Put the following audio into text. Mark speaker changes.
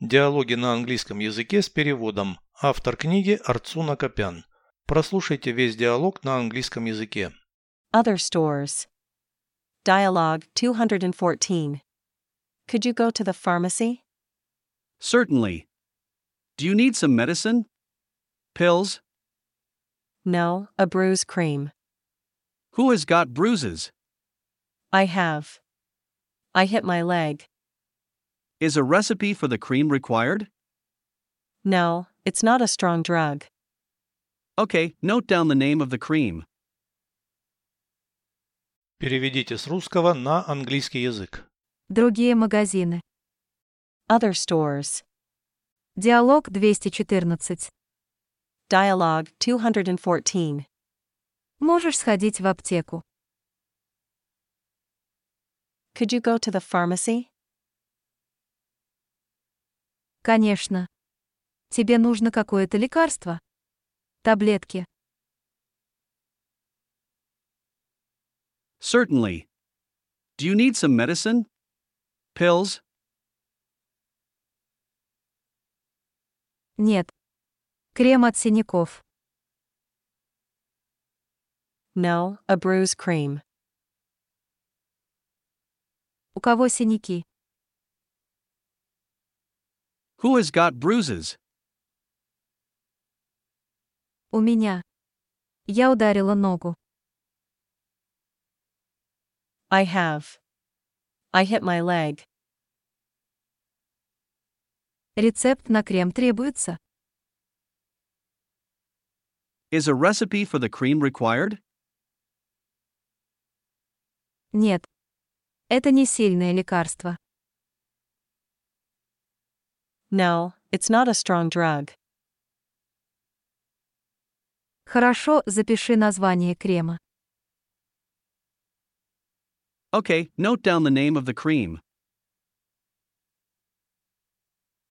Speaker 1: Диалоги на английском языке с переводом. Автор книги Арцуна Копян. Прослушайте весь диалог на английском языке.
Speaker 2: Other stores. Dialogue 214. Could you go to the pharmacy?
Speaker 3: Certainly. Do you need some medicine? Pills?
Speaker 2: No, a bruise cream.
Speaker 3: Who has got bruises?
Speaker 2: I have. I hit my leg.
Speaker 3: Is a recipe for the cream required?
Speaker 2: No, it's not a strong drug.
Speaker 3: Okay, note down the name of the cream.
Speaker 1: Переведите с русского на английский язык.
Speaker 4: Другие магазины.
Speaker 2: Other stores.
Speaker 4: Диалог 214.
Speaker 2: Dialogue 214.
Speaker 4: Можешь сходить в аптеку.
Speaker 2: Could you go to the pharmacy?
Speaker 4: Конечно. Тебе нужно какое-то лекарство. Таблетки.
Speaker 3: Certainly. Do you need some medicine? Pills?
Speaker 4: Нет. Крем от синяков.
Speaker 2: No, a bruise cream.
Speaker 4: У кого синяки?
Speaker 3: Who has got bruises?
Speaker 4: У меня. Я ударила ногу.
Speaker 2: I have. I hit my leg.
Speaker 4: Рецепт на крем требуется.
Speaker 3: Is a recipe for the cream required?
Speaker 4: Нет. Это не сильное лекарство.
Speaker 2: No, it's not a strong drug.
Speaker 4: Хорошо, запиши название крема.
Speaker 3: Okay, note down the name of the cream.